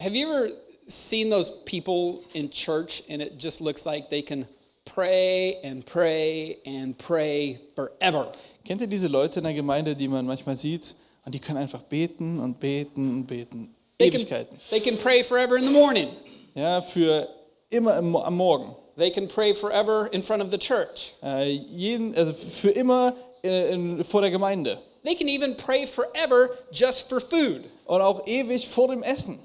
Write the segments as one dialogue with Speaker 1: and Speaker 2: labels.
Speaker 1: Have you ever seen those people in church and it just looks like they can pray and pray and pray forever?
Speaker 2: Kennt ihr diese Leute in der Gemeinde, die man manchmal sieht und die können einfach beten und beten und beten?
Speaker 1: They can,
Speaker 2: Ewigkeiten.
Speaker 1: they can pray forever in the morning.
Speaker 2: Ja, für immer im, Mo- am Morgen.
Speaker 1: They can pray forever in front of the church.
Speaker 2: Äh, jeden, also für immer äh, in, vor der Gemeinde.
Speaker 1: They can even pray forever just for food.
Speaker 2: Und auch ewig vor dem Essen.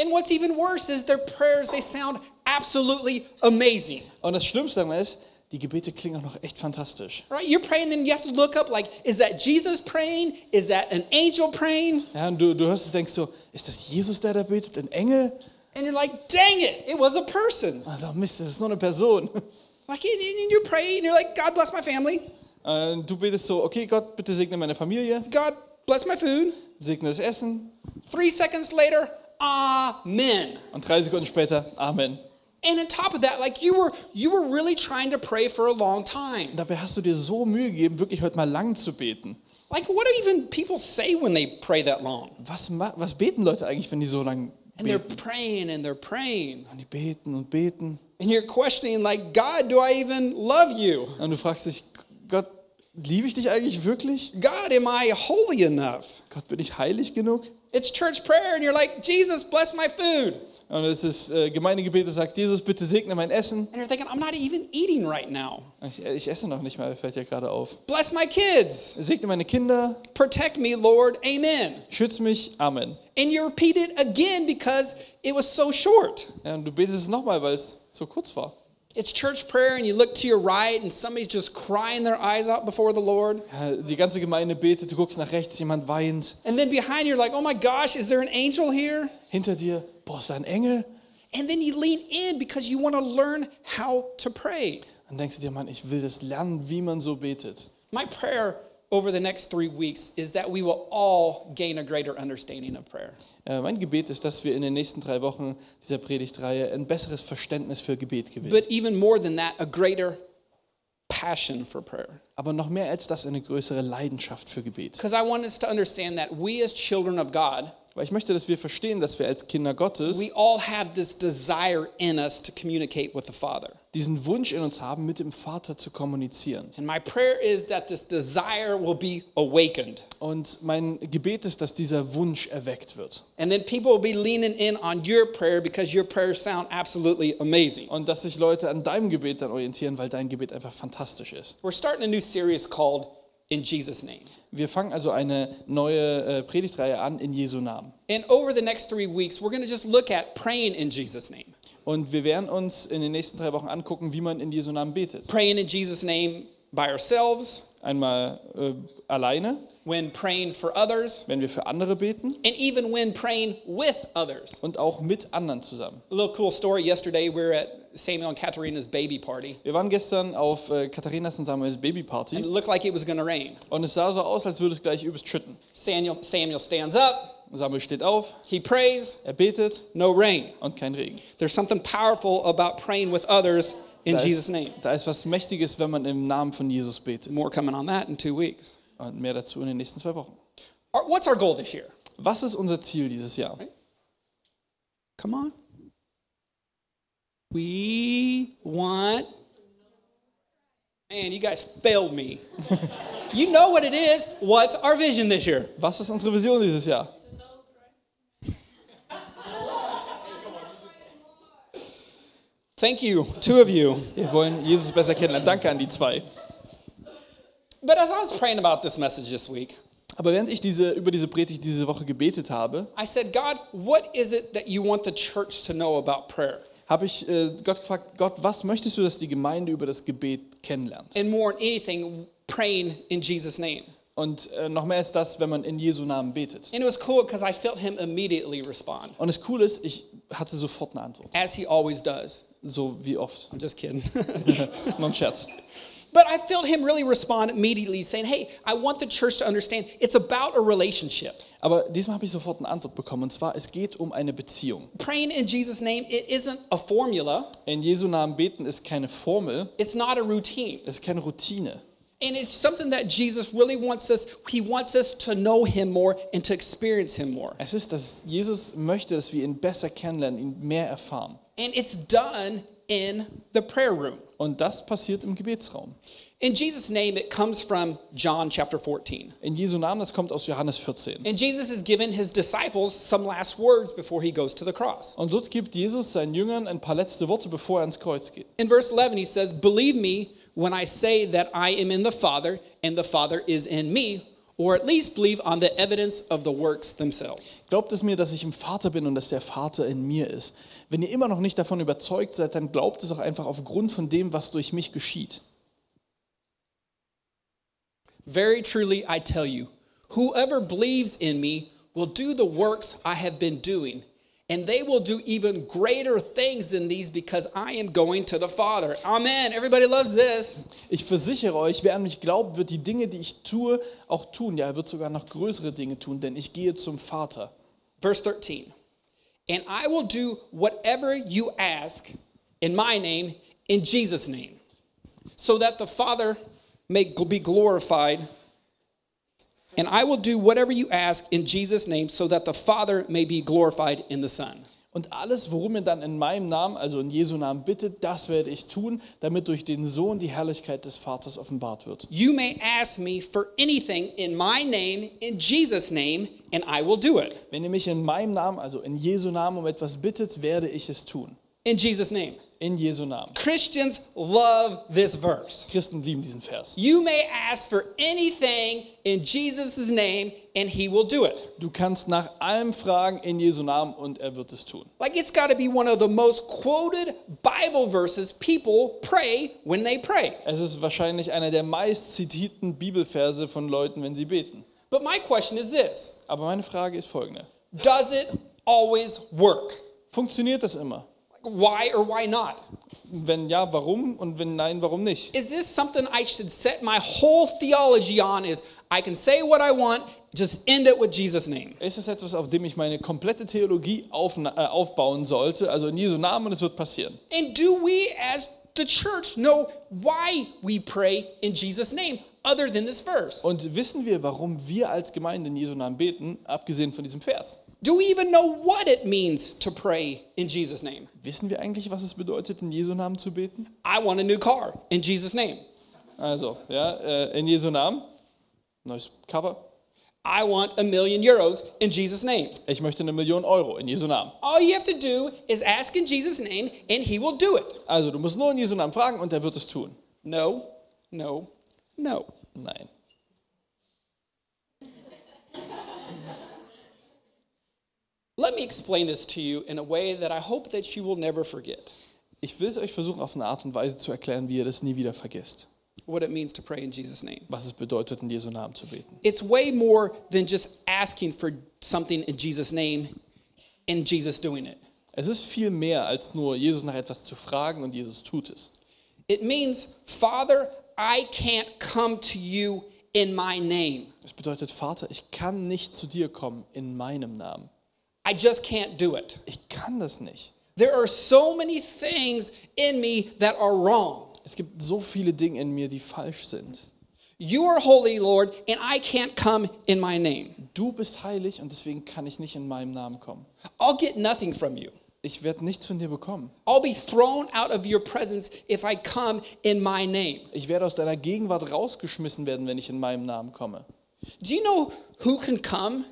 Speaker 1: And what's even worse is their prayers, they sound absolutely amazing.
Speaker 2: Und das Schlimmste daran ist, die Gebete klingen auch noch echt fantastisch.
Speaker 1: Right? You're praying, then you have to look up like, is that Jesus praying? Is that an angel praying?
Speaker 2: Ja, und du, du hörst es denkst so, ist das Jesus, der da betet, ein Engel?
Speaker 1: And you're like, dang it, it was a person.
Speaker 2: Also Mist, das ist nur eine Person.
Speaker 1: Like, and, and you're praying, and you're like, God bless my family.
Speaker 2: Äh, Du betest so, okay Gott, bitte segne meine Familie,
Speaker 1: God bless my food.
Speaker 2: segne das Essen.
Speaker 1: Three seconds later, amen.
Speaker 2: Und drei Sekunden später, Amen.
Speaker 1: And on top of that, like you were you were really trying to pray for a long time.
Speaker 2: Und dabei hast du dir so Mühe gegeben, wirklich heute mal lang zu beten.
Speaker 1: Like what do even people say when they pray that long?
Speaker 2: Was, ma- was beten Leute eigentlich, wenn die so lang
Speaker 1: And they're
Speaker 2: beten?
Speaker 1: praying and they're praying.
Speaker 2: Und die beten und beten.
Speaker 1: And you're questioning like, God, do I even love you?
Speaker 2: Und du fragst dich, Gott, liebe ich dich eigentlich wirklich?
Speaker 1: God, am I holy enough?
Speaker 2: Gott, bin ich heilig genug?
Speaker 1: It's church prayer and you're like, Jesus, bless my food.
Speaker 2: Und es ist äh, Gemeindegebet, du sagst, Jesus, bitte segne mein Essen.
Speaker 1: And you're thinking, I'm not even eating right now.
Speaker 2: Ich, äh, ich esse noch nicht mal, fällt ja gerade auf.
Speaker 1: Bless my kids.
Speaker 2: Segne meine Kinder,
Speaker 1: Protect me, Lord. Amen.
Speaker 2: schütz mich, Amen.
Speaker 1: And you repeat it again because it was so short.
Speaker 2: Ja, und du betest es nochmal, weil es so kurz war.
Speaker 1: It's church prayer, and you look to your right, and somebody's just crying their eyes out before the Lord.
Speaker 2: Ja, die ganze Gemeinde betet, du guckst nach rechts, jemand weint.
Speaker 1: And then behind you're like, oh my gosh, is there an angel here?
Speaker 2: Hinter dir, boah, ist da ein Engel?
Speaker 1: And then you lean in because you want to learn how to pray.
Speaker 2: Dann denkst du dir, Mann, ich will das lernen, wie man so betet.
Speaker 1: My prayer over the next three weeks is that we will all gain a greater understanding of prayer.
Speaker 2: Äh, mein Gebet ist, dass wir in den nächsten drei Wochen dieser Predigtreihe ein besseres Verständnis für Gebet gewinnen.
Speaker 1: But even more than that, a greater passion for prayer.
Speaker 2: Aber noch mehr als das eine größere Leidenschaft für Gebet.
Speaker 1: Because I want us to understand that we as children of God,
Speaker 2: Weil ich möchte, dass wir verstehen, dass wir als Kinder Gottes
Speaker 1: we all have this desire in us to communicate with the Father.
Speaker 2: diesen Wunsch in uns haben, mit dem Vater zu kommunizieren.
Speaker 1: And my prayer is that this desire will be awakened.
Speaker 2: Und mein Gebet ist, dass dieser Wunsch erweckt wird.
Speaker 1: And then people will be leaning in on your prayer because your prayers sound absolutely amazing.
Speaker 2: Und dass sich Leute an deinem Gebet dann orientieren, weil dein Gebet einfach fantastisch ist.
Speaker 1: We're starting a new series called In Jesus' Name.
Speaker 2: Wir fangen also eine neue äh, Predigtreihe an in Jesu Namen.
Speaker 1: And over the next three weeks, we're going to just look at praying in Jesus' name.
Speaker 2: Und wir werden uns in den nächsten drei Wochen angucken, wie man in Jesu Namen betet.
Speaker 1: Praying in Jesus' name by ourselves,
Speaker 2: Einmal äh, alleine,
Speaker 1: when praying for others,
Speaker 2: wenn wir für andere beten
Speaker 1: and even when praying with others.
Speaker 2: und auch mit anderen zusammen.
Speaker 1: A little cool story yesterday, we were at Samuel and Katarina's baby party.
Speaker 2: Wir waren gestern auf äh, Katharinas und Samuels
Speaker 1: It
Speaker 2: Babyparty
Speaker 1: looked like it was going to rain.
Speaker 2: und es sah so aus, als würde es gleich übelst schütten.
Speaker 1: Samuel, Samuel stands up,
Speaker 2: Samuel steht auf,
Speaker 1: he prays,
Speaker 2: er betet
Speaker 1: no rain.
Speaker 2: und kein Regen.
Speaker 1: There's something powerful about praying with others in
Speaker 2: Da
Speaker 1: Jesus'
Speaker 2: ist,
Speaker 1: name.
Speaker 2: da ist was Mächtiges, wenn man im Namen von Jesus betet.
Speaker 1: More coming on that in two weeks.
Speaker 2: Und mehr dazu in den nächsten zwei Wochen.
Speaker 1: Our- What's our goal this year?
Speaker 2: Was ist unser Ziel dieses Jahr?
Speaker 1: Come on. We want. Man, you guys failed me. you know what it is. What's our vision this year?
Speaker 2: Was ist unsere Vision dieses Jahr?
Speaker 1: Thank you, two of you.
Speaker 2: Wir wollen Jesus besser kennenlernen. Danke an die zwei.
Speaker 1: But as I was praying about this message this week,
Speaker 2: Aber während ich diese, über diese Predigt diese Woche gebetet habe,
Speaker 1: I said, God, what is it that you want the church to know about prayer?
Speaker 2: habe ich äh, Gott gefragt, Gott, was möchtest du, dass die Gemeinde über das Gebet kennenlernt?
Speaker 1: And more than anything, praying in Jesus' name.
Speaker 2: Und äh, noch mehr ist das, wenn man in Jesu Namen betet.
Speaker 1: And it was cool because I felt him immediately respond,
Speaker 2: Und das Coole ist, ich hatte sofort eine Antwort.
Speaker 1: as he always does.
Speaker 2: So wie oft.
Speaker 1: I'm just kidding.
Speaker 2: Nur ein Scherz.
Speaker 1: but I felt him really respond immediately, saying, Hey, I want the church to understand it's about a relationship.
Speaker 2: Aber diesmal habe ich sofort eine Antwort bekommen. Und zwar, es geht um eine Beziehung.
Speaker 1: Praying in Jesus' name, it isn't a formula,
Speaker 2: In Jesu Namen beten ist keine Formel,
Speaker 1: it's not a routine.
Speaker 2: ist keine Routine.
Speaker 1: And it's something that Jesus really wants us, he wants us to know him more and to experience him more.
Speaker 2: Es ist, dass Jesus möchte, dass wir ihn besser kennenlernen, ihn mehr erfahren.
Speaker 1: And it's done in the prayer room.
Speaker 2: Und das passiert im Gebetsraum.
Speaker 1: In Jesus' name, it comes from John chapter 14.
Speaker 2: In Jesu Namen, das kommt aus Johannes 14.
Speaker 1: And Jesus has given his disciples some last words before he goes to the cross.
Speaker 2: Und dort gibt Jesus seinen Jüngern ein paar letzte Worte, bevor er ans Kreuz geht.
Speaker 1: In verse 11, he says, Believe me when I say that I am in the Father and the Father is in me, or at least believe on the evidence of the works themselves.
Speaker 2: Glaubt es mir, dass ich im Vater bin und dass der Vater in mir ist. Wenn ihr immer noch nicht davon überzeugt seid, dann glaubt es auch einfach aufgrund von dem, was durch mich geschieht.
Speaker 1: Very truly, I tell you, whoever believes in me will do the works I have been doing, and they will do even greater things than these because I am going to the Father. Amen. Everybody loves this.
Speaker 2: Ich versichere euch, wer an mich glaubt, wird die Dinge, die ich tue, auch tun. Ja, er wird sogar noch größere Dinge tun, denn ich gehe zum Vater.
Speaker 1: Verse 13. And I will do whatever you ask in my name, in Jesus' name, so that the Father may gl- be glorified. And I will do whatever you ask in Jesus' name, so that the Father may be glorified in the Son.
Speaker 2: Und alles, worum ihr dann in meinem Namen, also in Jesu Namen bittet, das werde ich tun, damit durch den Sohn die Herrlichkeit des Vaters offenbart wird.
Speaker 1: You may ask me for anything in my name, in Jesus' name, and I will do it.
Speaker 2: Wenn ihr mich in meinem Namen, also in Jesu Namen um etwas bittet, werde ich es tun.
Speaker 1: In Jesus' name.
Speaker 2: In Jesu Namen.
Speaker 1: Christians love this verse.
Speaker 2: Christen lieben diesen Vers.
Speaker 1: You may ask for anything in Jesus' name, and he will do it.
Speaker 2: Du kannst nach allem fragen in Jesu Namen und er wird es tun.
Speaker 1: Like it's got to be one of the most quoted Bible verses people pray when they pray.
Speaker 2: Es ist wahrscheinlich einer der meist zitierten Bibelverse von Leuten, wenn sie beten.
Speaker 1: But my question is this
Speaker 2: Aber meine Frage ist folgende.
Speaker 1: Does it always work?
Speaker 2: Funktioniert das immer?
Speaker 1: Like, Why or why not?
Speaker 2: Wenn ja, warum? Und wenn nein, warum nicht?
Speaker 1: Is this something I should set my whole theology on? Is I can say what I want, just end it with Jesus' name.
Speaker 2: Ist das etwas, auf dem ich meine komplette Theologie auf, äh, aufbauen sollte? Also in Jesu Namen und es wird passieren.
Speaker 1: And do we as the church know why we pray in Jesus' name other than this verse?
Speaker 2: Und wissen wir, warum wir als Gemeinde in Jesu Namen beten, abgesehen von diesem Vers?
Speaker 1: Do we even know what it means to pray in Jesus' name?
Speaker 2: Wissen wir eigentlich, was es bedeutet, in Jesu Namen zu beten?
Speaker 1: I want a new car in Jesus' name.
Speaker 2: Also, ja, äh, in Jesu Namen. Neues Cover.
Speaker 1: I want a million euros in Jesus' name.
Speaker 2: Ich möchte eine Million Euro in Jesu Namen.
Speaker 1: All you have to do is ask in Jesus' name and he will do it.
Speaker 2: Also, du musst nur in Jesu Namen fragen und er wird es tun.
Speaker 1: No, no, no.
Speaker 2: Nein.
Speaker 1: Let me explain this to you in a way that I hope that you will never forget
Speaker 2: Ich will es euch versuchen, auf eine Art und Weise zu erklären, wie ihr das nie wieder vergisst,
Speaker 1: what it means to pray in Jesus' name.
Speaker 2: was es bedeutet, in Jesu Namen zu beten.
Speaker 1: It's way more than just asking for something in Jesus' name and Jesus doing it.
Speaker 2: Es ist viel mehr als nur Jesus nach etwas zu fragen und Jesus tut es.
Speaker 1: It means, Father, I can't come to you in my name.
Speaker 2: Es bedeutet, Vater, ich kann nicht zu dir kommen in meinem Namen.
Speaker 1: I just can't do it.
Speaker 2: Ich kann das nicht.
Speaker 1: There are so many things in me that are wrong.
Speaker 2: Es gibt so viele Dinge in mir, die falsch sind.
Speaker 1: You are holy, Lord, and I can't come in my name.
Speaker 2: Du bist heilig und deswegen kann ich nicht in meinem Namen kommen.
Speaker 1: I'll get nothing from you.
Speaker 2: Ich werde nichts von dir bekommen.
Speaker 1: I'll be thrown out of your presence if I come in my name.
Speaker 2: Ich werde aus deiner Gegenwart rausgeschmissen werden, wenn ich in meinem Namen komme.
Speaker 1: Do you know who can come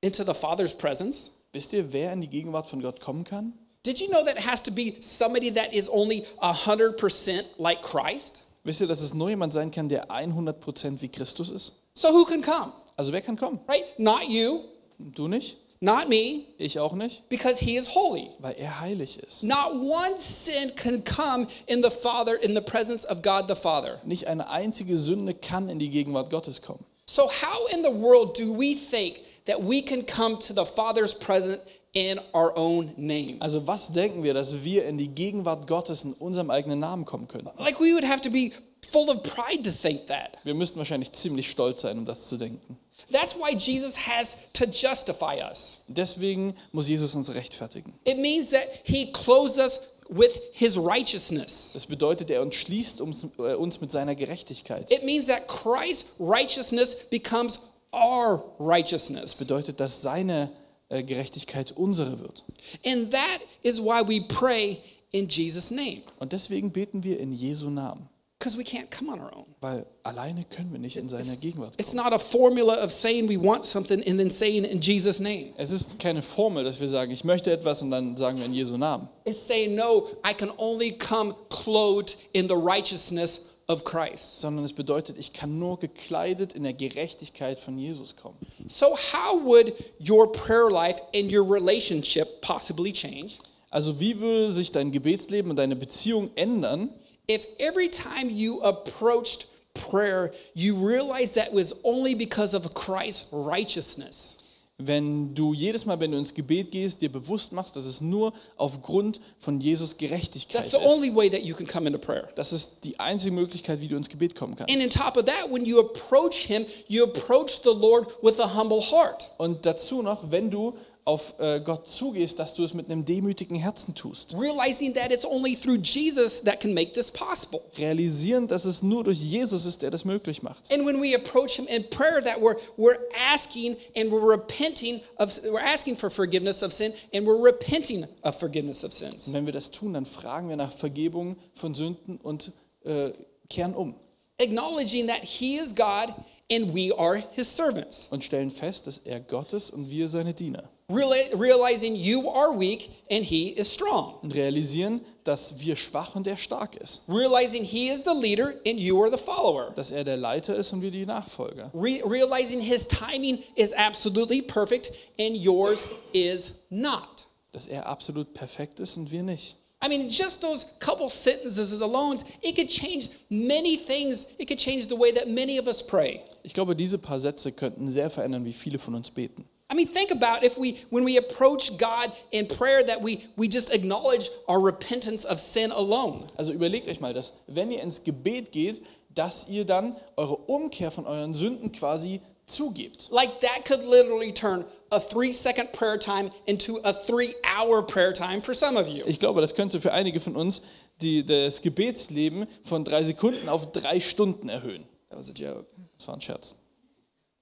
Speaker 1: into the Father's presence?
Speaker 2: Wisst ihr, wer in die Gegenwart von Gott kommen kann?
Speaker 1: Did you know that has to be somebody that is only 100% like Christ?
Speaker 2: Wisst ihr, dass es nur jemand sein kann, der 100% wie Christus ist?
Speaker 1: So who can come?
Speaker 2: Also wer kann kommen?
Speaker 1: Right? Not you,
Speaker 2: Du nicht,
Speaker 1: not me,
Speaker 2: ich auch nicht,
Speaker 1: because he is holy.
Speaker 2: weil er heilig ist.
Speaker 1: Not one sin can come in the Father, in the presence of God the Father.
Speaker 2: Nicht eine einzige Sünde kann in die Gegenwart Gottes kommen.
Speaker 1: So, how in the world do we think that we can come to the Father's presence in our own name?
Speaker 2: Also was denken wir, dass wir in die Gegenwart Gottes in unserem eigenen Namen kommen können?
Speaker 1: Like, we would have to be full of pride to think that.
Speaker 2: Wir müssten wahrscheinlich ziemlich stolz sein, um das zu denken.
Speaker 1: That's why Jesus has to justify us.
Speaker 2: Deswegen muss Jesus uns rechtfertigen.
Speaker 1: It means that he clothes us with his righteousness.
Speaker 2: Das bedeutet, er umschließt uns, äh, uns mit seiner Gerechtigkeit.
Speaker 1: It means that Christ's righteousness becomes our righteousness.
Speaker 2: bedeutet, dass seine äh, Gerechtigkeit unsere wird.
Speaker 1: And that is why we pray in Jesus' name,
Speaker 2: Und deswegen beten wir in Jesu Namen,
Speaker 1: because we can't come on our own.
Speaker 2: weil alleine können wir nicht in seine Gegenwart
Speaker 1: It's
Speaker 2: kommen.
Speaker 1: not a formula of saying we want something and then saying in Jesus' name.
Speaker 2: Es ist keine Formel, dass wir sagen, ich möchte etwas und dann sagen wir in Jesu Namen.
Speaker 1: It's saying, no, I can only come clothed in the righteousness of Christ.
Speaker 2: sondern es bedeutet, ich kann nur gekleidet in der Gerechtigkeit von Jesus kommen.
Speaker 1: So, how would your prayer life and your relationship possibly change
Speaker 2: Also wie würde sich dein Gebetsleben und deine Beziehung ändern,
Speaker 1: if every time you approached prayer, you realized that was only because of Christ's righteousness?
Speaker 2: wenn du jedes Mal, wenn du ins Gebet gehst, dir bewusst machst, dass es nur aufgrund von Jesus Gerechtigkeit
Speaker 1: That's
Speaker 2: ist.
Speaker 1: the only way that you can come into prayer.
Speaker 2: Das ist die einzige Möglichkeit, wie du ins Gebet kommen kannst.
Speaker 1: And on top of that, when you approach Him, you approach the Lord with a humble heart.
Speaker 2: Und dazu noch, wenn du auf äh, Gott zugehst, dass du es mit einem demütigen Herzen tust.
Speaker 1: realizing that it's only through Jesus that can make this possible.
Speaker 2: Realisieren, dass es nur durch Jesus ist, der das möglich macht.
Speaker 1: And when we approach him in prayer, that we're, we're asking and we're repenting of, we're asking for forgiveness of sin and we're repenting of forgiveness of sins.
Speaker 2: Und wenn wir das tun, dann fragen wir nach Vergebung von Sünden und äh, kehren um
Speaker 1: Acknowledging that he is God and we are his servants.
Speaker 2: und stellen fest, dass er Gott ist und wir seine Diener.
Speaker 1: Reala- realizing you are weak and he is strong.
Speaker 2: Und realisieren, dass wir schwach und er stark ist.
Speaker 1: Realizing he is the leader and you are the follower.
Speaker 2: Dass er der Leiter ist und wir die Nachfolger.
Speaker 1: Re- realizing his timing is absolutely perfect and yours is not.
Speaker 2: Dass er absolut perfekt ist und wir nicht.
Speaker 1: I mean, just those couple sentences alone, it could change many things. It could change the way that many of us pray.
Speaker 2: Ich glaube, diese paar Sätze könnten sehr verändern, wie viele von uns beten.
Speaker 1: I mean, think about if we, when we approach God in prayer, that we, we just acknowledge our repentance of sin alone.
Speaker 2: Also überlegt euch mal, dass wenn ihr ins Gebet geht, dass ihr dann eure Umkehr von euren Sünden quasi zugebt.
Speaker 1: Like that could literally turn a three second prayer time into a three hour prayer time for some of you.
Speaker 2: Ich glaube, das könnte für einige von uns die, das Gebetsleben von drei Sekunden auf drei Stunden erhöhen. That was a joke. Das war ein Scherz.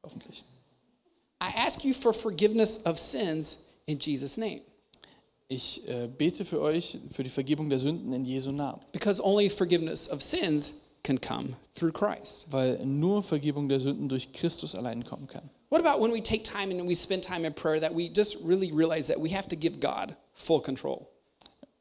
Speaker 2: Hoffentlich.
Speaker 1: I ask you for forgiveness of sins in Jesus' name,
Speaker 2: Ich äh, bete für euch für die Vergebung der Sünden in Jesu Namen,
Speaker 1: because only forgiveness of sins can come through Christ.
Speaker 2: weil nur Vergebung der Sünden durch Christus allein kommen kann.
Speaker 1: What about when we take time and we spend time in prayer that we just really realize that we have to give God full control?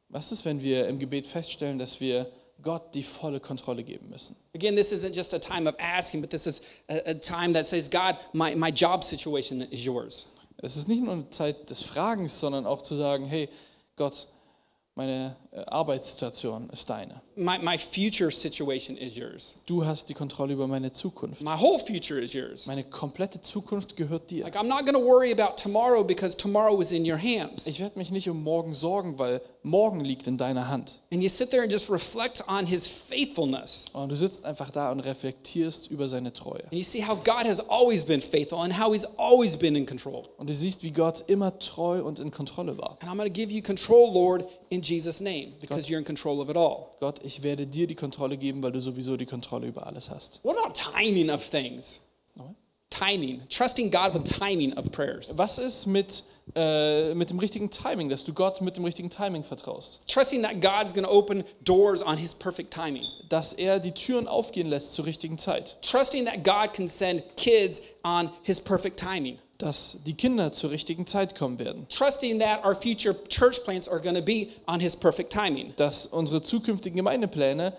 Speaker 2: Was ist, wenn wir im Gebet feststellen, dass wir Gott die volle Kontrolle geben müssen?
Speaker 1: Again, this isn't just a time of asking, but this is a, a time that says, God, my, my job situation is yours.
Speaker 2: Es ist nicht nur eine Zeit des Fragens, sondern auch zu sagen, hey Gott, meine äh, Arbeitssituation ist deine.
Speaker 1: My, my future situation is yours.
Speaker 2: Du hast die Kontrolle über meine Zukunft.
Speaker 1: My whole future is yours.
Speaker 2: Meine komplette Zukunft gehört dir.
Speaker 1: Like, I'm not going to worry about tomorrow because tomorrow is in your hands.
Speaker 2: Ich werde mich nicht um morgen sorgen, weil morgen liegt in deiner Hand.
Speaker 1: And you sit there and just reflect on his faithfulness.
Speaker 2: Und du sitzt einfach da und reflektierst über seine Treue.
Speaker 1: And you see how God has always been faithful and how he's always been in control.
Speaker 2: Und du siehst, wie Gott immer treu und in Kontrolle war.
Speaker 1: And I'm going to give you control, Lord, in Jesus' name, because you're in control of it all.
Speaker 2: Gott, ich werde dir die Kontrolle geben, weil du sowieso die Kontrolle über alles hast.
Speaker 1: What about timing of things?
Speaker 2: Nochmal?
Speaker 1: Timing, trusting God with timing of prayers,
Speaker 2: Was ist mit, äh, mit dem richtigen Timing, dass du Gott mit dem richtigen Timing vertraust?
Speaker 1: trusting that God's going to open doors on His perfect timing,
Speaker 2: dass er die Türen aufgehen lässt zur richtigen Zeit,
Speaker 1: trusting that God can send kids on His perfect timing,
Speaker 2: dass die Kinder zur richtigen Zeit kommen werden,
Speaker 1: trusting that our future church plants are going to be on His perfect timing,
Speaker 2: dass unsere zukünftigen Gemeindepläne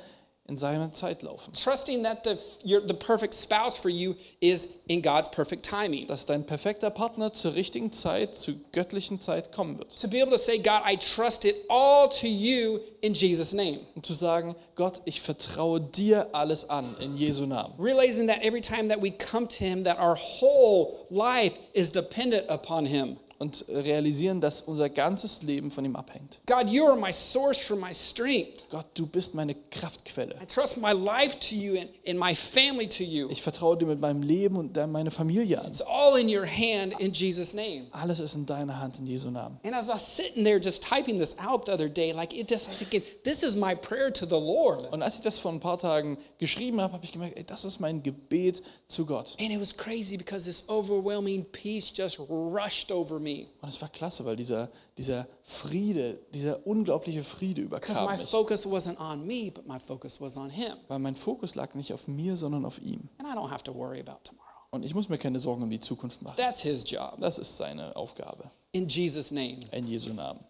Speaker 2: in seiner Zeit laufen,
Speaker 1: trusting that the your, the perfect spouse for you is in God's perfect timing.
Speaker 2: dass dein perfekter Partner zur richtigen Zeit, zur göttlichen Zeit kommen wird.
Speaker 1: To be able to say, God, I trust it all to you in Jesus' name.
Speaker 2: Und zu sagen, Gott, ich vertraue dir alles an in Jesu Namen.
Speaker 1: Realizing that every time that we come to Him, that our whole life is dependent upon Him.
Speaker 2: und realisieren, dass unser ganzes Leben von ihm abhängt.
Speaker 1: God, you are my source for my strength.
Speaker 2: Gott, du bist meine Kraftquelle.
Speaker 1: I trust my life to you and, and my family to you.
Speaker 2: Ich vertraue dir mit meinem Leben und dann meine Familie an.
Speaker 1: It's all in your hand in Jesus' name.
Speaker 2: Alles ist in deiner Hand in Jesu Namen.
Speaker 1: And as I was sitting there just typing this out the other day, like it, this, I was thinking, this is my prayer to the Lord.
Speaker 2: Und als ich das vor ein paar Tagen geschrieben habe, habe ich gemerkt, ey, das ist mein Gebet zu Gott.
Speaker 1: And it was crazy because this overwhelming peace just rushed over me
Speaker 2: Und es war klasse, weil dieser, dieser Friede, dieser unglaubliche Friede
Speaker 1: because my
Speaker 2: überkam mich.
Speaker 1: focus wasn't on me, but my focus was on Him.
Speaker 2: Weil mein Fokus lag nicht auf mir, sondern auf ihm.
Speaker 1: And I don't have to worry about tomorrow.
Speaker 2: Und ich muss mir keine Sorgen um die Zukunft machen.
Speaker 1: That's His job
Speaker 2: Das ist seine Aufgabe.
Speaker 1: in Jesus' name.
Speaker 2: In Jesu Namen.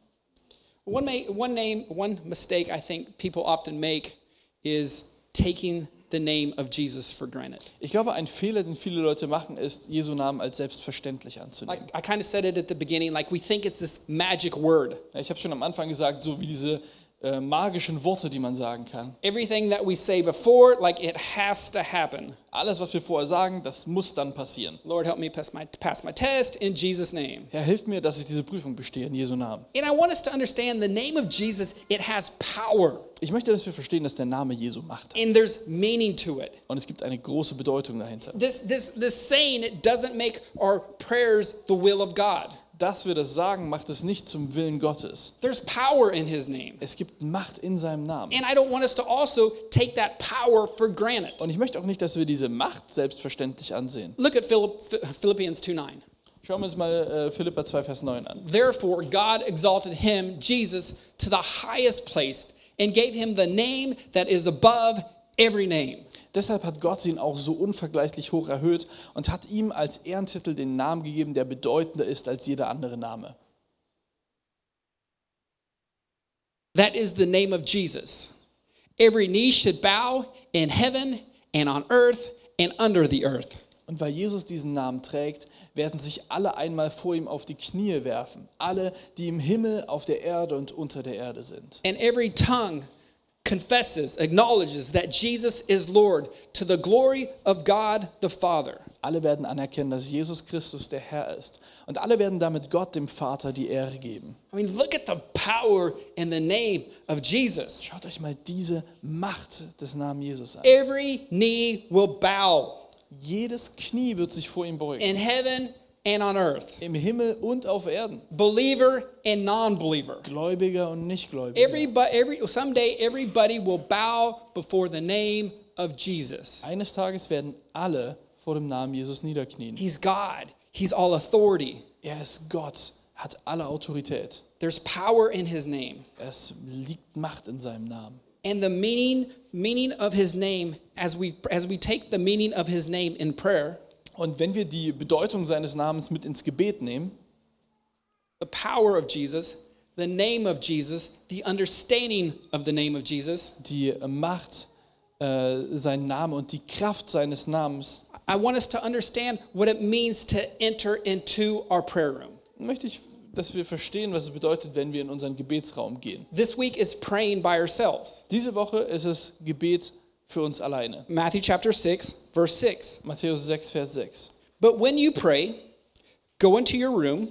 Speaker 1: One, may, one name, one mistake I think people often make is taking the name of Jesus for granted.
Speaker 2: Ich glaube, ein Fehler, den viele Leute machen, ist, Jesu Namen als selbstverständlich
Speaker 1: Like
Speaker 2: anzunehmen.
Speaker 1: I kind of said it at the beginning, like we think it's this magic word.
Speaker 2: Ja, Ich habe schon am Anfang gesagt, so wie diese äh, magischen Worte, die man sagen kann.
Speaker 1: Everything that we say before, like it has to happen.
Speaker 2: Alles, was wir vorher sagen, das muss dann passieren.
Speaker 1: Lord, help me pass my, pass my test in Jesus' name.
Speaker 2: Herr, hilf mir, dass ich diese Prüfung bestehe in Jesu Namen.
Speaker 1: And I want us to understand the name of Jesus, it has power
Speaker 2: Ich möchte, dass wir verstehen, dass der Name Jesu Macht hat.
Speaker 1: and there's meaning to it.
Speaker 2: Und es gibt eine große Bedeutung dahinter.
Speaker 1: This, this, this saying, it doesn't make our prayers the will of God.
Speaker 2: Dass wir das sagen, macht es nicht zum Willen Gottes.
Speaker 1: There's power in his name.
Speaker 2: Es gibt Macht in seinem Namen.
Speaker 1: And I don't want us to also take that power for granted.
Speaker 2: Und ich möchte auch nicht, dass wir diese Macht selbstverständlich ansehen.
Speaker 1: Look at Philipp, Philippians 2 9.
Speaker 2: Schauen wir uns mal äh, Philippa 2, Vers 9 an.
Speaker 1: Therefore, God exalted him, Jesus, to the highest place and gave him the name that is above every name.
Speaker 2: Deshalb hat Gott ihn auch so unvergleichlich hoch erhöht und hat ihm als Ehrentitel den Namen gegeben, der bedeutender ist als jeder andere Name.
Speaker 1: That is the name of Jesus. Every knee should bow in heaven and on earth and under the earth.
Speaker 2: Und weil Jesus diesen Namen trägt, werden sich alle einmal vor ihm auf die Knie werfen. Alle, die im Himmel, auf der Erde und unter der Erde sind.
Speaker 1: And every tongue confesses, acknowledges that Jesus is Lord to the glory of God the Father.
Speaker 2: Alle werden anerkennen, dass Jesus Christus der Herr ist. Und alle werden damit Gott, dem Vater, die Ehre geben.
Speaker 1: I mean, look at the power in the name of Jesus.
Speaker 2: Schaut euch mal diese Macht des Namen Jesus an.
Speaker 1: Every knee will bow
Speaker 2: Jedes Knie wird sich vor ihm beugen.
Speaker 1: in heaven and on earth,
Speaker 2: Im Himmel und auf Erden.
Speaker 1: believer and non-believer.
Speaker 2: Gläubiger und Nichtgläubiger.
Speaker 1: Everybody, every someday everybody will bow before the name of Jesus.
Speaker 2: Eines Tages werden alle vor dem Namen Jesus niederknien.
Speaker 1: He's God. He's all authority.
Speaker 2: Er ist Gott, hat alle Autorität.
Speaker 1: There's power in his name.
Speaker 2: Es liegt Macht in seinem Namen.
Speaker 1: And the meaning meaning of his name as we as we take the meaning of his name in prayer,
Speaker 2: Und wenn wir die Bedeutung seines Namens mit ins Gebet nehmen,
Speaker 1: the power of Jesus, the name of Jesus, the understanding of the name of Jesus,
Speaker 2: die Macht, äh, sein Name und die Kraft seines Namens,
Speaker 1: I want us to understand what it means to enter into our prayer room.
Speaker 2: möchte ich, dass wir verstehen, was es bedeutet, wenn wir in unseren Gebetsraum gehen.
Speaker 1: This week is praying by ourselves.
Speaker 2: Diese Woche ist es Gebet für uns alleine.
Speaker 1: Matthew chapter 6, verse 6.
Speaker 2: Matthäus 6, Vers 6.
Speaker 1: But when you pray, go into your room,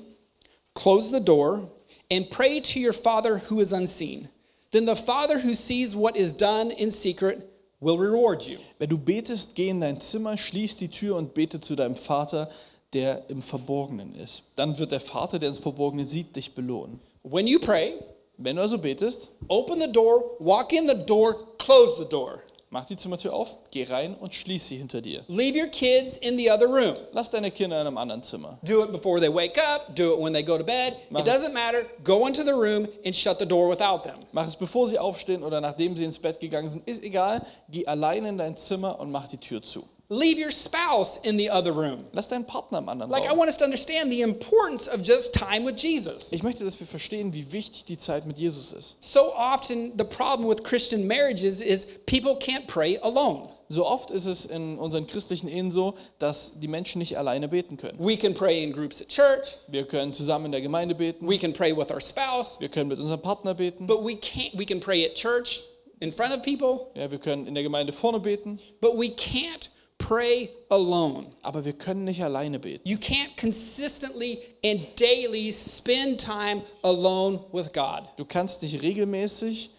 Speaker 1: close the door, and pray to your Father who is unseen. Then the Father who sees what is done in secret will reward you.
Speaker 2: Wenn du betest, geh in dein Zimmer, schließ die Tür und bete zu deinem Vater, der im Verborgenen ist. Dann wird der Vater, der ins Verborgene sieht, dich belohnen.
Speaker 1: When you pray,
Speaker 2: Wenn du also betest,
Speaker 1: open the door, walk in the door, close the door.
Speaker 2: mach die Zimmertür auf, geh rein und schließ sie hinter dir.
Speaker 1: Leave your kids in the other room.
Speaker 2: Lass deine Kinder in einem anderen Zimmer.
Speaker 1: Do it before they wake up, do it when they go to bed. It
Speaker 2: Mach-
Speaker 1: doesn't matter. Go into the room and shut the door without them.
Speaker 2: Mach es, bevor sie aufstehen oder nachdem sie ins Bett gegangen sind, ist egal. Geh allein in dein Zimmer und mach die Tür zu.
Speaker 1: Leave your spouse in the other room.
Speaker 2: Lass deinen Partner im anderen
Speaker 1: Like, I
Speaker 2: Raum.
Speaker 1: want us to understand the importance of just time with Jesus.
Speaker 2: Ich möchte, dass wir verstehen, wie wichtig die Zeit mit Jesus ist.
Speaker 1: So often, the problem with Christian marriages is people can't pray alone.
Speaker 2: So oft ist es in unseren christlichen Ehen so, dass die Menschen nicht alleine beten können.
Speaker 1: We can pray in groups at church,
Speaker 2: Wir können zusammen in der Gemeinde beten.
Speaker 1: we can pray with our spouse,
Speaker 2: Wir können mit unserem Partner beten.
Speaker 1: but we can't, we can pray at church in front of people,
Speaker 2: Ja, wir können in der Gemeinde vorne beten.
Speaker 1: but we can't pray alone.
Speaker 2: Aber wir können nicht alleine beten.
Speaker 1: You can't consistently and daily spend time alone with God.
Speaker 2: Du kannst nicht regelmäßig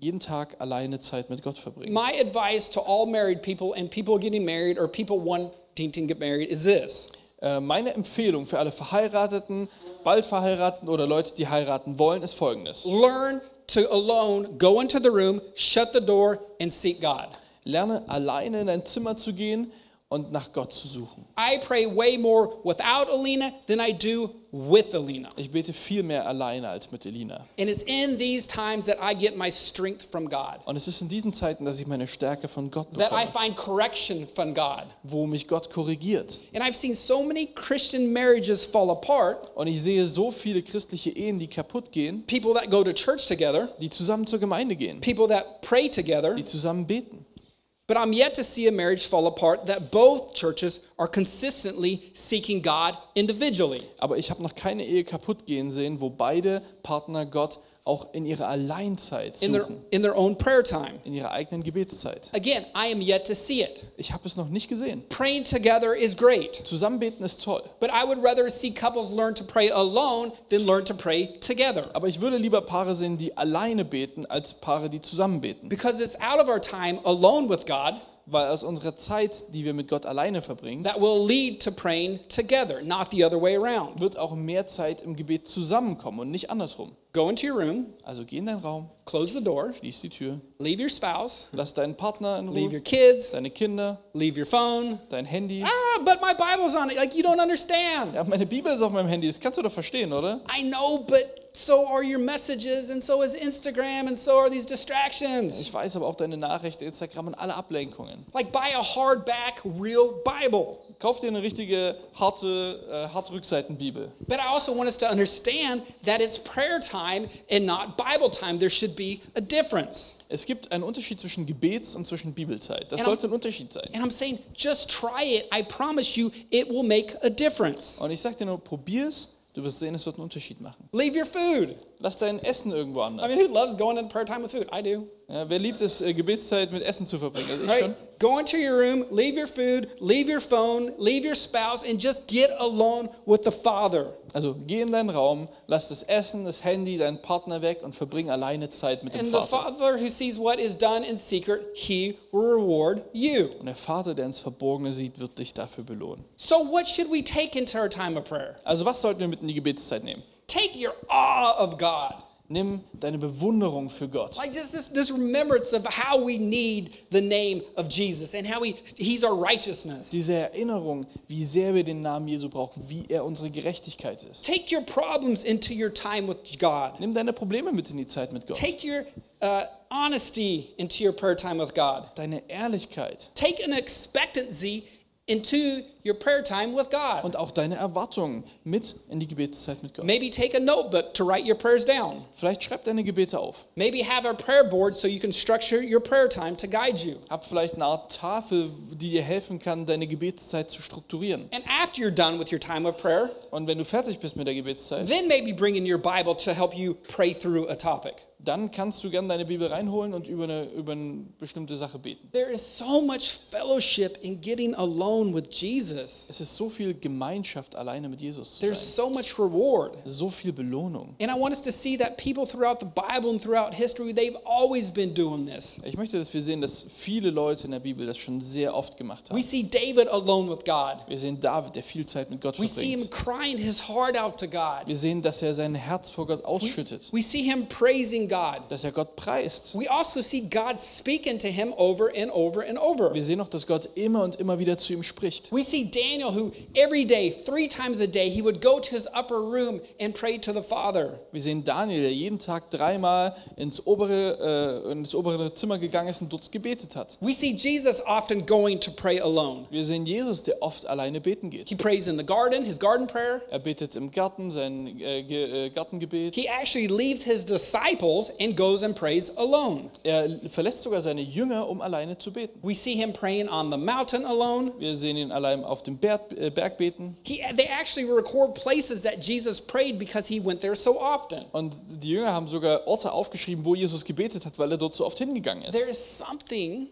Speaker 2: jeden Tag alleine Zeit mit Gott verbringen.
Speaker 1: My advice to all married people and people getting married or people wanting to get married is this
Speaker 2: Äh, meine Empfehlung für alle Verheirateten, bald Verheirateten oder Leute, die heiraten wollen, ist folgendes.
Speaker 1: learn to alone go into the room, shut the door, and seek God.
Speaker 2: Lerne alleine in dein Zimmer zu gehen und nach Gott zu suchen.
Speaker 1: I pray way more without Alina than I do with Alina.
Speaker 2: Ich bete viel mehr alleine als mit Elina.
Speaker 1: And it's in these times that I get my strength from God,
Speaker 2: Und es ist in diesen Zeiten, dass ich meine Stärke von Gott
Speaker 1: that I
Speaker 2: bekomme,
Speaker 1: find correction from God.
Speaker 2: wo mich Gott korrigiert.
Speaker 1: And I've seen so many Christian marriages fall apart,
Speaker 2: Und ich sehe so viele christliche Ehen, die kaputt gehen,
Speaker 1: people that go to church together,
Speaker 2: die zusammen zur Gemeinde gehen,
Speaker 1: people that pray together,
Speaker 2: die zusammen beten.
Speaker 1: but I'm yet to see a marriage fall apart that both churches are consistently seeking God individually.
Speaker 2: Aber ich habe noch keine Ehe kaputt gehen sehen, wo beide Partner Gott auch in ihrer Alleinzeit
Speaker 1: in their,
Speaker 2: suchen,
Speaker 1: in their own prayer time.
Speaker 2: in ihrer eigenen Gebetszeit.
Speaker 1: Again, I am yet to see it.
Speaker 2: Ich habe es noch nicht gesehen.
Speaker 1: Praying together is great,
Speaker 2: Zusammenbeten ist toll,
Speaker 1: but I would rather see couples learn to pray alone than learn to pray together
Speaker 2: aber ich würde lieber Paare sehen, die alleine beten, als Paare, die zusammenbeten.
Speaker 1: because it's out of our time alone with God
Speaker 2: Weil aus unserer Zeit, die wir mit Gott alleine verbringen,
Speaker 1: that will lead to praying together, not the other way around.
Speaker 2: wird auch mehr Zeit im Gebet zusammenkommen und nicht andersrum.
Speaker 1: Go into your room,
Speaker 2: Also geh in deinen Raum,
Speaker 1: close the door,
Speaker 2: schließ die Tür,
Speaker 1: leave your spouse,
Speaker 2: lass deinen Partner in
Speaker 1: leave your
Speaker 2: Ruhe,
Speaker 1: kids,
Speaker 2: deine Kinder,
Speaker 1: leave your phone.
Speaker 2: dein Handy.
Speaker 1: Ah, but my Bible's on it. Like, you don't understand.
Speaker 2: Ja, meine Bibel ist auf meinem Handy, das kannst du doch verstehen, oder?
Speaker 1: I know, but so are your messages, and so is Instagram, and so are these distractions.
Speaker 2: Ich weiß aber auch deine Nachrichten, Instagram und alle Ablenkungen.
Speaker 1: Like buy a hardback real Bible.
Speaker 2: Kauf dir eine richtige harte, äh, harte Rückseitenbibel.
Speaker 1: But I also want us to understand that it's prayer time and not Bible time. There should be a difference.
Speaker 2: Es gibt einen Unterschied zwischen Gebets- und zwischen Bibelzeit. Das
Speaker 1: Ja.
Speaker 2: sollte ein Unterschied sein.
Speaker 1: And I'm saying just try it. I promise you it will make a difference.
Speaker 2: Und ich sag dir nur, probier's, du wirst sehen, es wird einen Unterschied machen.
Speaker 1: Leave your food.
Speaker 2: Lass dein Essen irgendwo
Speaker 1: I
Speaker 2: anders.
Speaker 1: mean, who loves going in prayer time with food? I do.
Speaker 2: Ja, wer liebt es, äh, Gebetszeit mit Essen zu verbringen? Also ich
Speaker 1: Right?
Speaker 2: schon.
Speaker 1: Go into your room, leave your food, leave your phone, leave your spouse, and just get alone with the Father.
Speaker 2: Also geh in deinen Raum, lass das Essen, das Handy, deinen Partner weg und verbring alleine Zeit mit dem
Speaker 1: And the
Speaker 2: Vater.
Speaker 1: Father who sees what is done in secret, he will reward you.
Speaker 2: Und der Vater, der ins Verborgene sieht, wird dich dafür belohnen.
Speaker 1: So, what should we take into our time of prayer?
Speaker 2: Also was sollten wir mit in die Gebetszeit nehmen?
Speaker 1: Take your awe of God.
Speaker 2: Nimm deine Bewunderung für Gott.
Speaker 1: Like just this, this remembrance of how we need the name of Jesus and how he, he's our righteousness.
Speaker 2: Diese Erinnerung, wie sehr wir den Namen Jesu brauchen, wie er unsere Gerechtigkeit ist.
Speaker 1: Take your problems into your time with God.
Speaker 2: Nimm deine Probleme mit in die Zeit mit Gott.
Speaker 1: Take your uh, honesty into your prayer time with God.
Speaker 2: Deine Ehrlichkeit
Speaker 1: Take an expectancy into your prayer time with God.
Speaker 2: und auch deine Erwartungen mit in die Gebetszeit mit Gott.
Speaker 1: Maybe take a notebook to write your prayers down.
Speaker 2: Vielleicht schreib deine Gebete auf.
Speaker 1: Maybe have a prayer board so you can structure your prayer time to guide you.
Speaker 2: Hab vielleicht eine Art Tafel, die dir helfen kann, deine Gebetszeit zu strukturieren.
Speaker 1: And after you're done with your time of prayer,
Speaker 2: Und wenn du fertig bist mit der Gebetszeit,
Speaker 1: then maybe bring in your Bible to help you pray through a topic.
Speaker 2: dann kannst du gerne deine Bibel reinholen und über eine, über eine bestimmte Sache beten.
Speaker 1: There is so much fellowship in getting alone with Jesus.
Speaker 2: Es ist so viel Gemeinschaft alleine mit Jesus zu
Speaker 1: There's
Speaker 2: sein.
Speaker 1: so much reward.
Speaker 2: So viel Belohnung.
Speaker 1: And I want us to see that people throughout the Bible and throughout history, they've always been doing this.
Speaker 2: Ich möchte, dass wir sehen, dass viele Leute in der Bibel das schon sehr oft gemacht
Speaker 1: We
Speaker 2: haben.
Speaker 1: see David alone with God.
Speaker 2: Wir sehen David, der viel Zeit mit Gott
Speaker 1: We see him
Speaker 2: verbringt.
Speaker 1: crying his heart out to God.
Speaker 2: Wir sehen, dass er sein Herz vor Gott ausschüttet,
Speaker 1: We see him praising God.
Speaker 2: dass er Gott preist.
Speaker 1: We also see God speaking to him over and over and over.
Speaker 2: Wir sehen auch, dass Gott immer und immer wieder zu ihm spricht.
Speaker 1: We see Daniel, who every day, three times a day, he would go to his upper room and pray to the Father.
Speaker 2: Wir sehen Daniel, der jeden Tag dreimal ins obere, äh, ins obere Zimmer gegangen ist und dort gebetet hat.
Speaker 1: We see Jesus often going to pray alone.
Speaker 2: Wir sehen Jesus, der oft alleine beten geht.
Speaker 1: He prays in the garden, his garden prayer.
Speaker 2: Er betet im Garten, sein äh, Ge äh, Gartengebet.
Speaker 1: He actually leaves his disciples and goes and prays alone.
Speaker 2: Er verlässt sogar seine Jünger, um alleine zu beten.
Speaker 1: We see him praying on the mountain alone.
Speaker 2: Wir sehen ihn allein auf dem Berg, äh, Berg beten.
Speaker 1: He, they actually record places that Jesus prayed because he went there so often.
Speaker 2: Und die Jünger haben sogar Orte aufgeschrieben, wo Jesus gebetet hat, weil er dort so oft hingegangen ist.
Speaker 1: There is something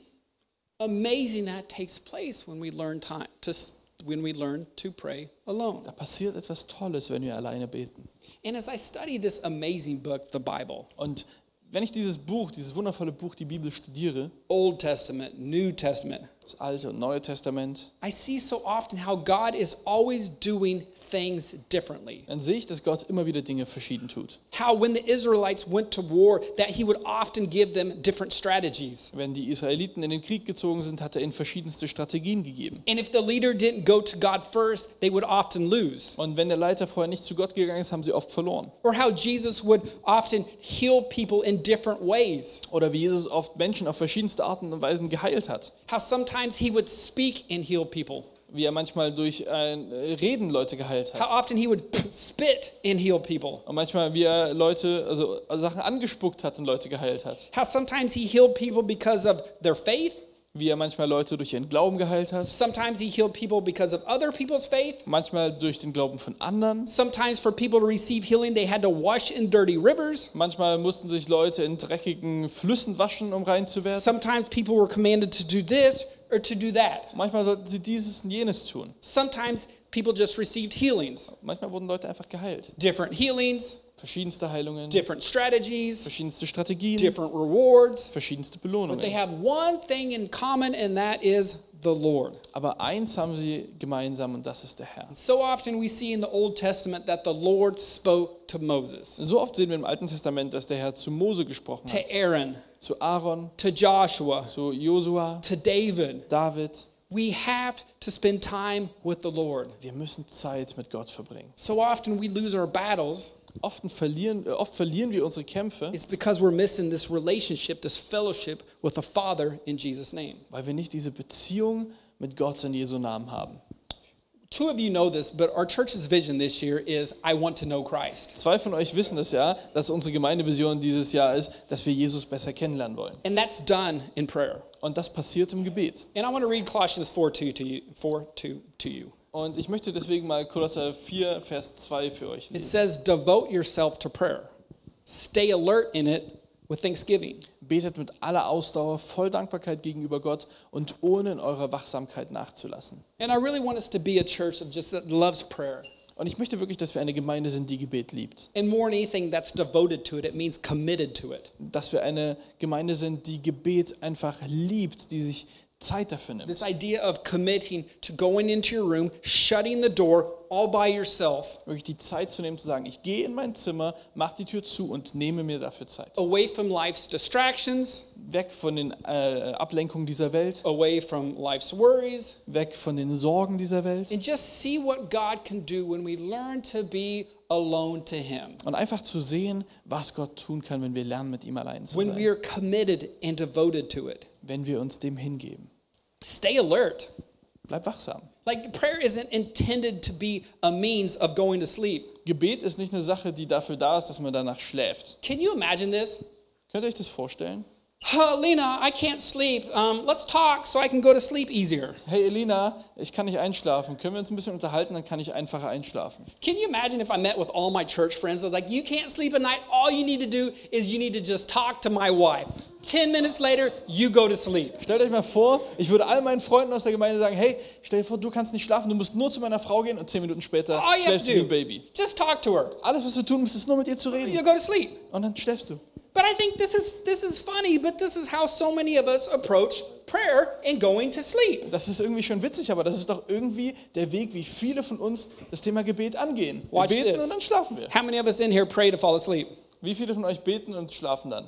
Speaker 1: amazing that takes place when we learn time to s- when we learn to pray alone.
Speaker 2: Da passiert etwas Tolles, wenn wir alleine beten.
Speaker 1: And as I study this amazing book, the Bible,
Speaker 2: Und wenn ich dieses Buch, dieses wundervolle Buch, die Bibel studiere,
Speaker 1: Old Testament, New Testament,
Speaker 2: das Alte und Neue Testament,
Speaker 1: I see so often how God is always doing things differently.
Speaker 2: dann sehe ich, dass Gott immer wieder Dinge verschieden tut.
Speaker 1: How when the Israelites went to war, that he would often give them different strategies.
Speaker 2: Wenn die Israeliten in den Krieg gezogen sind, hat er ihnen verschiedenste Strategien gegeben.
Speaker 1: And if the leader didn't go to God first, they would often lose.
Speaker 2: Und wenn der Leiter vorher nicht zu Gott gegangen ist, haben sie oft verloren.
Speaker 1: Or how Jesus would often heal people in different ways.
Speaker 2: Oder wie Jesus oft Menschen auf verschiedenste Arten und Weisen geheilt hat.
Speaker 1: How sometimes he would speak and heal people.
Speaker 2: Wie er manchmal durch ein äh, Reden Leute geheilt
Speaker 1: How
Speaker 2: hat.
Speaker 1: often he would spit and heal people.
Speaker 2: Und manchmal, wie er Leute, also Sachen angespuckt hat und Leute geheilt hat.
Speaker 1: How sometimes he healed people because of their faith.
Speaker 2: Wie er manchmal Leute durch ihren Glauben geheilt hat.
Speaker 1: Sometimes he healed people because of other people's faith.
Speaker 2: Manchmal durch den Glauben von anderen.
Speaker 1: Sometimes for people to receive healing, they had to wash in dirty rivers.
Speaker 2: Manchmal mussten sich Leute in dreckigen Flüssen waschen, um rein zu werden.
Speaker 1: Sometimes people were commanded to do this or to do that.
Speaker 2: Manchmal sollten sie dieses und jenes tun.
Speaker 1: Sometimes people just received healings,
Speaker 2: Manchmal wurden Leute einfach geheilt.
Speaker 1: different healings,
Speaker 2: Verschiedenste Heilungen,
Speaker 1: different strategies,
Speaker 2: verschiedenste Strategien,
Speaker 1: different rewards.
Speaker 2: verschiedenste
Speaker 1: They
Speaker 2: Belohnungen.
Speaker 1: have one thing in common, and that is the Lord.
Speaker 2: Aber eins haben sie gemeinsam und das ist der Herr.
Speaker 1: So often we see in the Old Testament that the Lord spoke to Moses,
Speaker 2: So oft sehen wir im Alten Testament, dass der Herr zu Mose gesprochen hat,
Speaker 1: to Aaron,
Speaker 2: zu Aaron,
Speaker 1: to Joshua,
Speaker 2: zu Josua,
Speaker 1: to David.
Speaker 2: David.
Speaker 1: We have to spend time with the Lord.
Speaker 2: Wir müssen Zeit mit Gott verbringen.
Speaker 1: So often we lose our battles.
Speaker 2: Oft verlieren, äh, oft verlieren wir unsere Kämpfe,
Speaker 1: It's because we're missing this relationship, this fellowship with the Father in Jesus' name.
Speaker 2: weil wir nicht diese Beziehung mit Gott in Jesu Namen haben.
Speaker 1: Two of you know this, but our church's vision this year is I want to know Christ.
Speaker 2: Zwei von euch wissen das ja, dass unsere Gemeindevision dieses Jahr ist, dass wir Jesus besser kennenlernen wollen.
Speaker 1: And that's done in prayer.
Speaker 2: Und das passiert im Gebet.
Speaker 1: And I want to read Colossians 4 2 to you. 4, 2 to you.
Speaker 2: Und ich möchte deswegen mal Kolosser 4, Vers 2 für euch
Speaker 1: It
Speaker 2: lesen.
Speaker 1: says, Devote yourself to prayer, stay alert in it with thanksgiving.
Speaker 2: Betet mit aller Ausdauer, voll Dankbarkeit gegenüber Gott und ohne in eurer Wachsamkeit nachzulassen.
Speaker 1: And I really want us to be a church of just that loves prayer.
Speaker 2: Und ich möchte wirklich, dass wir eine Gemeinde sind, die Gebet liebt.
Speaker 1: And more than anything, that's devoted to it. It means committed to it.
Speaker 2: Dass wir eine Gemeinde sind, die Gebet einfach liebt, die sich Zeit dafür nimmt.
Speaker 1: This idea of committing to going into your room, shutting the door all by yourself,
Speaker 2: Wirklich die Zeit zu nehmen, zu sagen, ich gehe in mein Zimmer, mache die Tür zu und nehme mir dafür Zeit.
Speaker 1: away from life's distractions,
Speaker 2: Weg von den äh, Ablenkungen dieser Welt,
Speaker 1: away from life's worries,
Speaker 2: weg von den Sorgen dieser Welt
Speaker 1: and just see what God can do when we learn to be alone to Him.
Speaker 2: und einfach zu sehen, was Gott tun kann, wenn wir lernen, mit ihm allein zu
Speaker 1: When we
Speaker 2: sein,
Speaker 1: are committed and devoted to it,
Speaker 2: wenn wir uns dem hingeben.
Speaker 1: stay alert.
Speaker 2: Bleib wachsam.
Speaker 1: Like prayer isn't intended to be a means of going to sleep.
Speaker 2: Gebet ist nicht eine Sache, die dafür da ist, dass man danach schläft.
Speaker 1: Can you imagine this?
Speaker 2: Könnt ihr euch das vorstellen?
Speaker 1: Oh, Lena, I can't sleep. Um, let's talk so I can go to sleep easier.
Speaker 2: Hey Elina, ich kann nicht einschlafen. Können wir uns ein bisschen unterhalten, dann kann ich einfacher einschlafen.
Speaker 1: Can you imagine if I met with all my church friends? I was like, you can't sleep at night. All you need to do is you need to just talk to my wife. 10 minutes later, you go to sleep.
Speaker 2: Stellt euch mal vor, ich würde all meinen Freunden aus der Gemeinde sagen, hey, stell dir vor, du kannst nicht schlafen, du musst nur zu meiner Frau gehen und zehn Minuten später
Speaker 1: All you have
Speaker 2: schläfst
Speaker 1: to
Speaker 2: du wie
Speaker 1: do,
Speaker 2: ein Baby.
Speaker 1: just talk to her.
Speaker 2: Alles, was du tun musst, ist nur mit ihr zu
Speaker 1: You
Speaker 2: reden.
Speaker 1: go to sleep.
Speaker 2: Und dann schläfst du.
Speaker 1: But I think this is this is funny, but this is how so many of us approach prayer and going to sleep.
Speaker 2: Das ist irgendwie schon witzig, aber das ist doch irgendwie der Weg, wie viele von uns das Thema Gebet angehen. Wir
Speaker 1: Watch
Speaker 2: beten
Speaker 1: this.
Speaker 2: und dann schlafen wir.
Speaker 1: How many of us in here pray to fall asleep?
Speaker 2: Wie viele von euch beten und schlafen dann?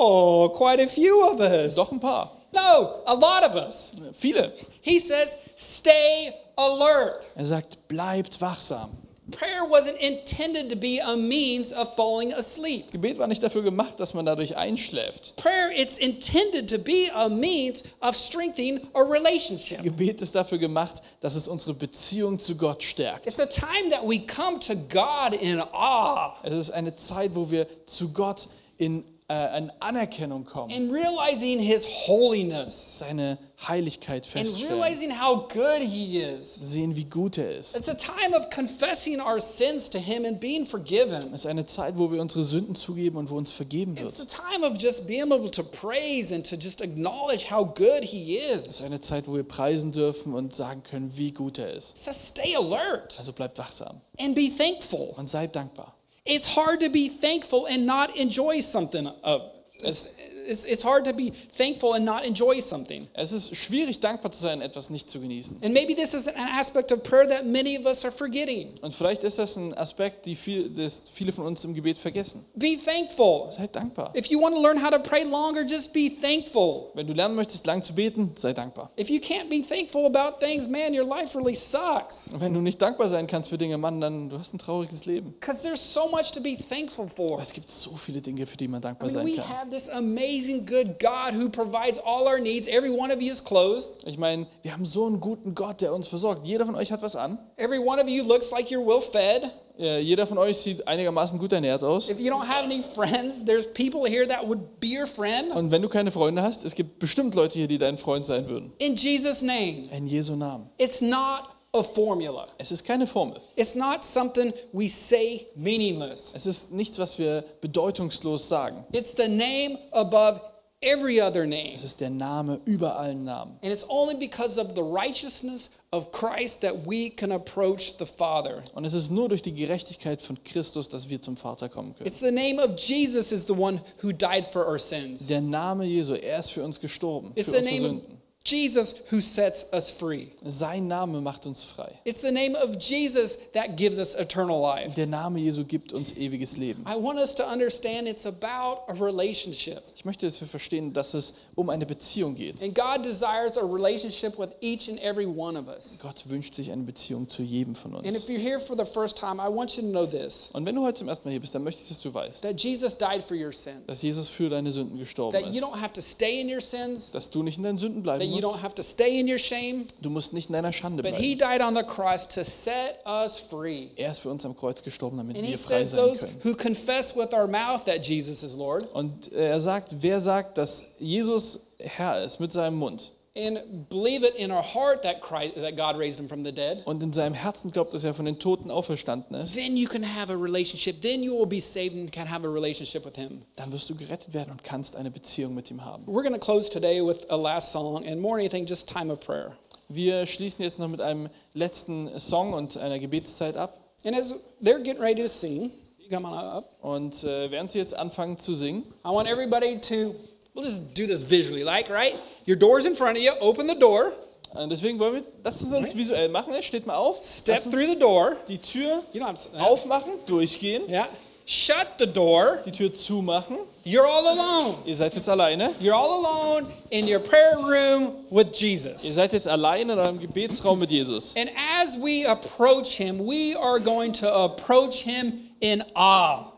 Speaker 1: Oh, quite a few of us.
Speaker 2: Doch ein paar.
Speaker 1: No, a lot of us.
Speaker 2: Viele.
Speaker 1: He says, stay alert.
Speaker 2: Er sagt, bleibt wachsam.
Speaker 1: Prayer wasn't intended to be a means of falling asleep.
Speaker 2: Gebet war nicht dafür gemacht, dass man dadurch einschläft.
Speaker 1: Prayer, it's intended to be a means of strengthening a relationship.
Speaker 2: Gebet ist dafür gemacht, dass es unsere Beziehung zu Gott stärkt.
Speaker 1: It's a time that we come to God in awe.
Speaker 2: Es ist eine Zeit, wo wir zu Gott in äh, an Anerkennung kommen,
Speaker 1: and realizing his holiness
Speaker 2: seine Heiligkeit
Speaker 1: and
Speaker 2: feststellen,
Speaker 1: realizing how good he is.
Speaker 2: sehen, wie gut er ist.
Speaker 1: It's a time of confessing our sins to him and being forgiven.
Speaker 2: Es ist eine Zeit, wo wir unsere Sünden zugeben und wo uns vergeben wird.
Speaker 1: It's a
Speaker 2: Es
Speaker 1: time of just being able to praise and to just acknowledge how good he
Speaker 2: ist
Speaker 1: is.
Speaker 2: eine Zeit, wo wir preisen dürfen und sagen können, wie gut er ist.
Speaker 1: It says stay alert
Speaker 2: Also bleibt wachsam
Speaker 1: and be thankful.
Speaker 2: und seid dankbar.
Speaker 1: It's hard to be thankful and not enjoy something. Of, it's, it's, it's hard to be thankful and not enjoy something.
Speaker 2: Es ist schwierig, dankbar zu sein, etwas nicht zu genießen.
Speaker 1: And maybe this is an aspect of prayer that many of us are forgetting.
Speaker 2: Und vielleicht ist das ein Aspekt, die viel, das viele von uns im Gebet vergessen.
Speaker 1: Be thankful.
Speaker 2: Seid dankbar.
Speaker 1: If you want to learn how to pray longer, just be thankful.
Speaker 2: Wenn du lernen möchtest, lang zu beten, sei dankbar.
Speaker 1: If you can't be thankful about things, man, your life really sucks.
Speaker 2: Und wenn du nicht dankbar sein kannst für Dinge, Mann, dann du hast ein trauriges Leben.
Speaker 1: Because there's so much to be thankful for.
Speaker 2: Aber es gibt so viele Dinge, für die man
Speaker 1: I
Speaker 2: dankbar
Speaker 1: mean,
Speaker 2: sein
Speaker 1: we
Speaker 2: kann.
Speaker 1: have this amazing, good God who provides all our needs. Every one of you is clothed.
Speaker 2: Ich meine, wir haben so einen guten Gott, der uns versorgt. Jeder von euch hat was an.
Speaker 1: Every one of you looks like you're well fed.
Speaker 2: Äh, Jeder von euch sieht einigermaßen gut ernährt aus.
Speaker 1: If you don't have any friends, there's people here that would be your friend.
Speaker 2: Und wenn du keine Freunde hast, es gibt bestimmt Leute hier, die dein Freund sein würden.
Speaker 1: In Jesus' name,
Speaker 2: In Jesu Namen.
Speaker 1: it's not a formula.
Speaker 2: Es ist keine Formel.
Speaker 1: It's not something we say meaningless.
Speaker 2: Es ist nichts, was wir bedeutungslos sagen.
Speaker 1: It's the name above every other name.
Speaker 2: Es ist der Name über allen Namen.
Speaker 1: And it's only because of the righteousness of Christ that we can approach the Father.
Speaker 2: Und es ist nur durch die Gerechtigkeit von Christus, dass wir zum Vater kommen können.
Speaker 1: It's the name of Jesus is the one who died for our sins.
Speaker 2: Der Name Jesu, er ist für uns gestorben,
Speaker 1: It's
Speaker 2: für
Speaker 1: the
Speaker 2: unsere
Speaker 1: name of
Speaker 2: Sünden.
Speaker 1: Jesus who sets us free.
Speaker 2: Sein Name macht uns frei.
Speaker 1: It's the name of Jesus that gives us eternal life.
Speaker 2: Der Name Jesu gibt uns ewiges Leben.
Speaker 1: I want us to understand it's about a relationship.
Speaker 2: Ich möchte, dass wir verstehen, dass es um eine Beziehung geht.
Speaker 1: And God desires a relationship with each and every one of us.
Speaker 2: Gott wünscht sich eine Beziehung zu jedem von
Speaker 1: And if
Speaker 2: uns.
Speaker 1: you're here for the first time, I want you to know this
Speaker 2: Und wenn du heute zum ersten Mal hier bist, dann möchte ich, dass du weißt,
Speaker 1: that Jesus died for your sins,
Speaker 2: dass Jesus für deine Sünden gestorben
Speaker 1: that you
Speaker 2: ist.
Speaker 1: don't have to stay in your sins,
Speaker 2: Dass du nicht in deinen Sünden
Speaker 1: that
Speaker 2: bleiben
Speaker 1: you don't
Speaker 2: musst.
Speaker 1: have to stay in your shame,
Speaker 2: Du musst nicht in deiner Schande
Speaker 1: but
Speaker 2: bleiben.
Speaker 1: He died on the cross to set us free.
Speaker 2: Er ist für uns am Kreuz gestorben, damit
Speaker 1: And He
Speaker 2: wir frei
Speaker 1: says,
Speaker 2: sein
Speaker 1: those
Speaker 2: können.
Speaker 1: who confess with our mouth that Jesus is Lord
Speaker 2: Und äh, er sagt, wer sagt, dass Jesus Herr ist mit seinem Mund
Speaker 1: and believe it in our heart that, Christ, that God raised Him from the dead,
Speaker 2: und in seinem Herzen glaubt, dass er von den Toten auferstanden ist,
Speaker 1: then you can have a relationship. Then you will be saved and can have a relationship with Him.
Speaker 2: dann wirst du gerettet werden und kannst eine Beziehung mit ihm haben.
Speaker 1: We're going to close today with a last song and more than anything, just time of prayer.
Speaker 2: Wir schließen jetzt noch mit einem letzten Song und einer Gebetszeit ab.
Speaker 1: And as they're getting ready to sing, you come on up.
Speaker 2: Und äh, während sie jetzt anfangen zu singen,
Speaker 1: I want everybody to, we'll just do this visually, like, right? Your door's in front of you, open the door,
Speaker 2: äh, deswegen wollen wir, lasst es uns visuell machen, ne? steht mal auf,
Speaker 1: step
Speaker 2: lasst uns
Speaker 1: through the door.
Speaker 2: die Tür
Speaker 1: You know what I'm saying?
Speaker 2: aufmachen, durchgehen,
Speaker 1: Yeah. Shut the door.
Speaker 2: die Tür zumachen.
Speaker 1: You're all alone.
Speaker 2: Ihr seid jetzt alleine.
Speaker 1: You're all alone in your prayer room with
Speaker 2: Ihr
Speaker 1: Jesus.
Speaker 2: seid jetzt alleine in eurem Gebetsraum mit Jesus.
Speaker 1: And as we approach him, we are going to approach him in awe,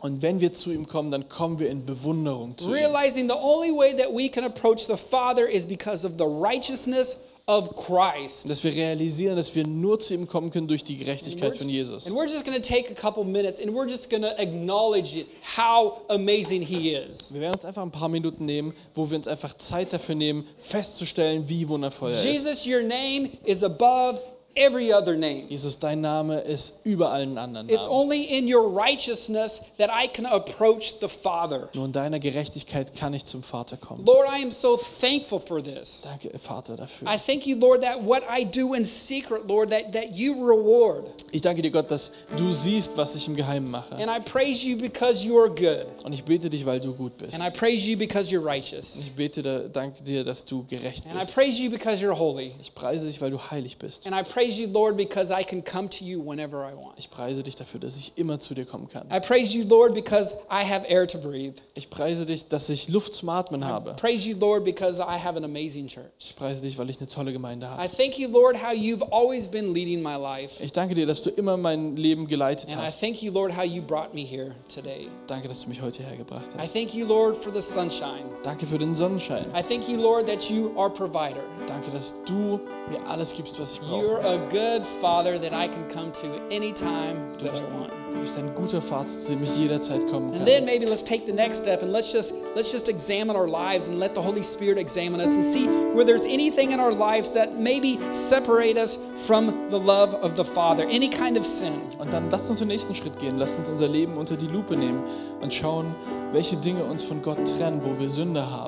Speaker 2: Und wenn wir zu ihm kommen, dann kommen wir in Bewunderung zu ihm.
Speaker 1: realizing the only way that we can approach the Father is because of the righteousness of Christ.
Speaker 2: Dass wir realisieren, dass wir nur zu ihm kommen können durch die Gerechtigkeit von Jesus.
Speaker 1: And we're just going to take a couple minutes and we're just going to acknowledge it, how amazing he is.
Speaker 2: Wir werden uns einfach ein paar Minuten nehmen, wo wir uns einfach Zeit dafür nehmen, festzustellen, wie wundervoll er ist.
Speaker 1: Jesus, your name is above every other name.
Speaker 2: Jesus, dein Name ist über allen anderen
Speaker 1: It's
Speaker 2: Namen.
Speaker 1: only in your righteousness that I can approach the Father.
Speaker 2: Nur in deiner Gerechtigkeit kann ich zum Vater kommen.
Speaker 1: Lord, I am so thankful for this.
Speaker 2: Danke, äh, Vater, dafür.
Speaker 1: I thank you, Lord, that what I do in secret, Lord, that, that you reward.
Speaker 2: Ich danke dir, Gott, dass du siehst, was ich im Geheimen mache.
Speaker 1: And I praise you because you are good.
Speaker 2: Und ich bete dich, weil du gut bist.
Speaker 1: And I praise you because you're righteous.
Speaker 2: Ich bete, da- danke dir, dass du gerecht
Speaker 1: And I
Speaker 2: bist.
Speaker 1: praise you because you're holy.
Speaker 2: Ich preise dich, weil du heilig bist.
Speaker 1: And I praise you, Lord, because I can come to you whenever I want.
Speaker 2: Ich preise dich dafür, dass ich immer zu dir kommen kann.
Speaker 1: I praise you, Lord, because I have air to breathe.
Speaker 2: Ich preise dich, dass ich Luft zum Atmen habe.
Speaker 1: Praise you, Lord, because I have an amazing church.
Speaker 2: Ich preise dich, weil ich eine tolle Gemeinde
Speaker 1: I
Speaker 2: habe.
Speaker 1: thank you, Lord, how you've always been leading my life.
Speaker 2: Ich danke dir, dass du immer mein Leben geleitet
Speaker 1: And I
Speaker 2: hast.
Speaker 1: thank you, Lord, how you brought me here today.
Speaker 2: Danke, dass du mich heute hergebracht
Speaker 1: I
Speaker 2: hast.
Speaker 1: thank you, Lord, for the sunshine.
Speaker 2: Danke für den Sonnenschein.
Speaker 1: I thank you, Lord, that you are provider.
Speaker 2: Danke, dass du mir alles gibst, was ich
Speaker 1: You're
Speaker 2: brauche.
Speaker 1: a a good father that I can come to anytime
Speaker 2: Du
Speaker 1: that
Speaker 2: bist,
Speaker 1: I want.
Speaker 2: du bist ein guter Vater, zu dem ich jederzeit kommen
Speaker 1: And then
Speaker 2: kann.
Speaker 1: maybe let's take the next step and let's just let's just examine our lives and let the Holy Spirit examine us and see where there's anything in our lives that maybe separate us from the love of the Father, any kind of sin.
Speaker 2: Und dann lasst uns den nächsten Schritt gehen. Lasst uns unser Leben unter die Lupe nehmen und schauen, welche Dinge uns von Gott trennen, wo wir Sünde haben.